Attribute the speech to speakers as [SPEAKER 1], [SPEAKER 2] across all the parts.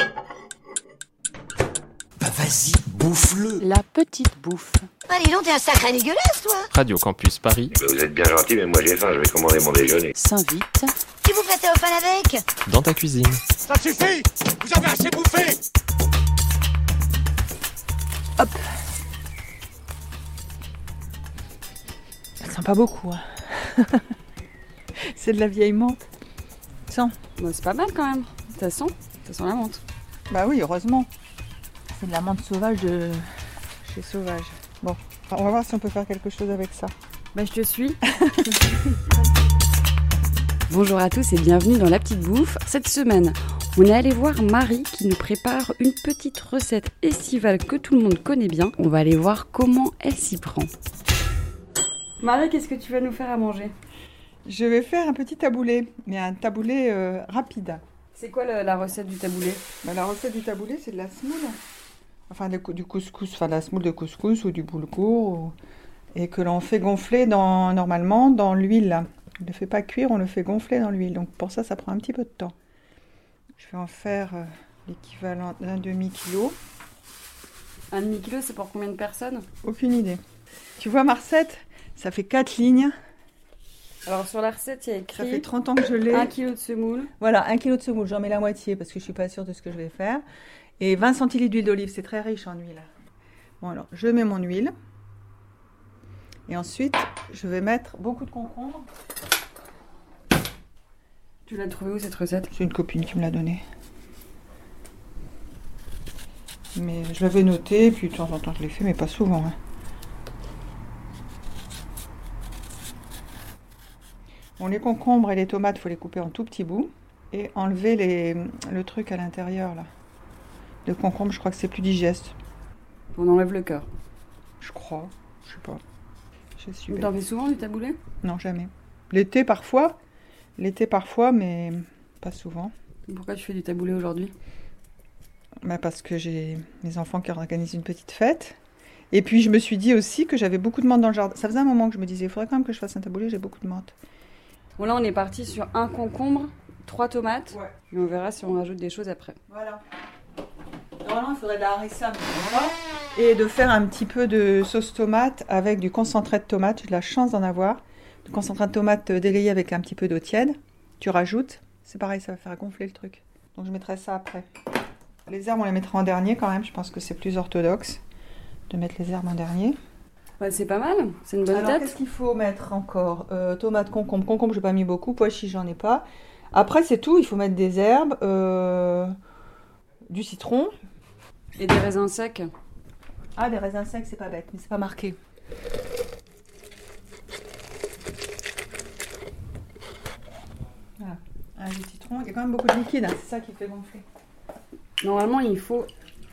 [SPEAKER 1] Bah, vas-y, bouffe-le
[SPEAKER 2] La petite bouffe.
[SPEAKER 3] Allez, non, t'es un sacré dégueulasse, toi
[SPEAKER 4] Radio Campus Paris,
[SPEAKER 5] Vous êtes bien gentil, mais moi j'ai faim, je vais commander mon déjeuner.
[SPEAKER 2] S'invite.
[SPEAKER 3] Tu vous prêtez au fan avec
[SPEAKER 4] dans ta cuisine.
[SPEAKER 6] Ça suffit Vous avez assez bouffé
[SPEAKER 7] Ça sent pas beaucoup. hein. c'est de la vieille menthe. Sans.
[SPEAKER 8] Bah, c'est pas mal quand même. Ça sent, ça sent la menthe.
[SPEAKER 7] Bah oui, heureusement. C'est de la menthe sauvage de chez Sauvage. Bon, on va voir si on peut faire quelque chose avec ça.
[SPEAKER 8] Bah je te suis. Bonjour à tous et bienvenue dans La Petite Bouffe. Cette semaine, on est allé voir Marie qui nous prépare une petite recette estivale que tout le monde connaît bien. On va aller voir comment elle s'y prend. Marie, qu'est-ce que tu vas nous faire à manger
[SPEAKER 7] Je vais faire un petit taboulé, mais un taboulé euh, rapide.
[SPEAKER 8] C'est quoi la, la recette du taboulé
[SPEAKER 7] Bah, la recette du taboulé, c'est de la semoule. Enfin, de cou- du couscous, enfin de la semoule de couscous ou du boulgour. ou- Et que l'on fait gonfler dans, normalement dans l'huile. On ne le fait pas cuire, on le fait gonfler dans l'huile. Donc pour ça, ça prend un petit peu de temps. Je vais en faire euh, l'équivalent d'un demi-kilo.
[SPEAKER 8] Un demi-kilo, c'est pour combien de personnes
[SPEAKER 7] Aucune idée. Tu vois, ma recette, ça fait 4 lignes.
[SPEAKER 8] Alors sur la recette, il y a
[SPEAKER 7] Ça fait
[SPEAKER 8] écrit
[SPEAKER 7] 30 ans que je l'ai.
[SPEAKER 8] 1 kg de semoule.
[SPEAKER 7] Voilà, un kilo de semoule, j'en mets la moitié parce que je suis pas sûre de ce que je vais faire. Et 20 centilitres d'huile d'olive, c'est très riche en huile. Bon alors, je mets mon huile. Et ensuite, je vais mettre beaucoup de concombre.
[SPEAKER 8] Tu l'as trouvée où cette recette
[SPEAKER 7] C'est une copine qui me l'a donnée. Mais je l'avais noté, puis de temps en temps je l'ai fait, mais pas souvent. hein. Bon, les concombres et les tomates, faut les couper en tout petits bouts et enlever les, le truc à l'intérieur là. Le concombre, je crois que c'est plus digeste.
[SPEAKER 8] On enlève le cœur.
[SPEAKER 7] Je crois, je sais pas. Je suis
[SPEAKER 8] Tu
[SPEAKER 7] bête.
[SPEAKER 8] t'en fais souvent du taboulé
[SPEAKER 7] Non, jamais. L'été parfois, l'été parfois, mais pas souvent.
[SPEAKER 8] Pourquoi tu fais du taboulé aujourd'hui
[SPEAKER 7] Bah, parce que j'ai mes enfants qui organisent une petite fête. Et puis je me suis dit aussi que j'avais beaucoup de menthe dans le jardin. Ça faisait un moment que je me disais, il faudrait quand même que je fasse un taboulé, j'ai beaucoup de menthe.
[SPEAKER 8] Bon là on est parti sur un concombre, trois tomates,
[SPEAKER 7] Ouais.
[SPEAKER 8] et on verra si on rajoute des choses après.
[SPEAKER 7] Voilà. il faudrait de la harissa. Et de faire un petit peu de sauce tomate avec du concentré de tomate. J'ai de la chance d'en avoir. Du concentré de tomate délayé avec un petit peu d'eau tiède. Tu rajoutes. C'est pareil, ça va faire gonfler le truc. Donc je mettrai ça après. Les herbes, on les mettra en dernier quand même. Je pense que c'est plus orthodoxe de mettre les herbes en dernier.
[SPEAKER 8] Ouais, c'est pas mal, c'est une bonne
[SPEAKER 7] Alors,
[SPEAKER 8] tête.
[SPEAKER 7] qu'est-ce qu'il faut mettre encore Euh, Tomate, concombre. Concombre, j'ai pas mis beaucoup. Pois chiches, j'en ai pas. Après, c'est tout. Il faut mettre des herbes, euh, du citron.
[SPEAKER 8] Et des raisins secs.
[SPEAKER 7] Ah, des raisins secs, c'est pas bête, mais c'est pas marqué. Voilà. Un jus de citron. Il y a quand même beaucoup de liquide. hein. C'est ça qui fait gonfler.
[SPEAKER 8] Normalement il faut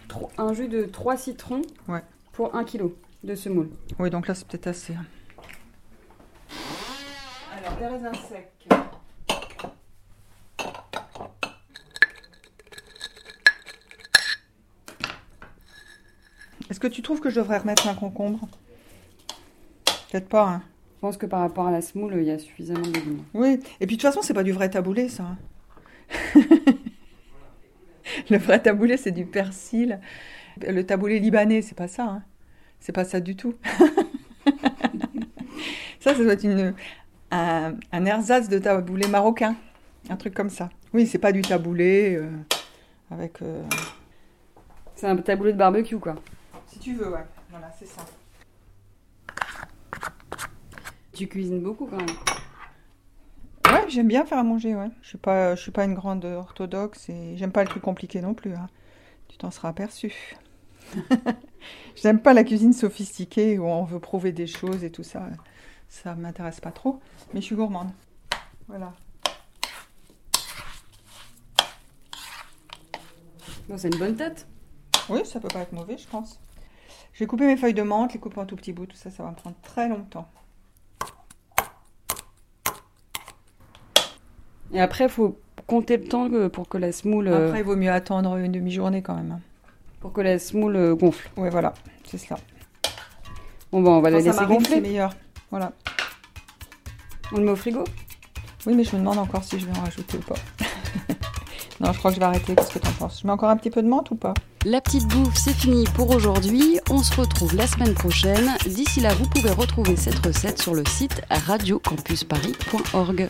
[SPEAKER 8] tro- un jus de trois citrons
[SPEAKER 7] Ouais.
[SPEAKER 8] pour un kilo de semoule.
[SPEAKER 7] Oui, donc là, c'est peut-être assez. hein. Alors, des raisins secs. Est-ce que tu trouves que je devrais remettre un concombre Peut-être pas, hein.
[SPEAKER 8] Je pense que par rapport à la semoule, il y a suffisamment de légumes.
[SPEAKER 7] Oui, et puis de toute façon, c'est pas du vrai taboulé, ça. hein. le vrai taboulé, c'est du persil. Le taboulé libanais, c'est pas ça. hein. C'est pas ça du tout. ça, ça doit être une, un, un ersatz de taboulé marocain. Un truc comme ça. Oui, c'est pas du taboulé euh, avec. euh,
[SPEAKER 8] C'est un taboulé de barbecue quoi.
[SPEAKER 7] Si tu veux, ouais. Voilà, c'est ça.
[SPEAKER 8] Tu cuisines beaucoup quand même.
[SPEAKER 7] Ouais, j'aime bien faire à manger, ouais. Je suis pas, je suis pas une grande orthodoxe et j'aime pas le truc compliqué non plus. hein. Tu t'en seras aperçu. J'aime pas la cuisine sophistiquée où on veut prouver des choses et tout ça. Ça m'intéresse pas trop, mais je suis gourmande. Voilà.
[SPEAKER 8] Bon, c'est une bonne tête.
[SPEAKER 7] Oui, ça peut pas être mauvais, je pense. Je vais couper mes feuilles de menthe, les couper en tout petits bouts, tout ça, ça va me prendre très longtemps.
[SPEAKER 8] Et après, il faut compter le temps euh, pour que la semoule, euh,
[SPEAKER 7] Après, il vaut mieux attendre une demi-journée quand même. hein.
[SPEAKER 8] pour que la semoule euh, gonfle.
[SPEAKER 7] Ouais, voilà, c'est cela.
[SPEAKER 8] Bon, bah, on va
[SPEAKER 7] Quand
[SPEAKER 8] la
[SPEAKER 7] ça
[SPEAKER 8] laisser
[SPEAKER 7] marine, c'est
[SPEAKER 8] gonfler.
[SPEAKER 7] meilleur. Voilà.
[SPEAKER 8] On le met au frigo.
[SPEAKER 7] Oui, mais je me demande encore si je vais en rajouter ou pas. non, je crois que je vais arrêter. Qu'est-ce que t'en penses Je mets encore un petit peu de menthe ou pas
[SPEAKER 8] La petite bouffe, c'est fini pour aujourd'hui. On se retrouve la semaine prochaine. D'ici là, vous pouvez retrouver cette recette sur le site radiocampusparis.org.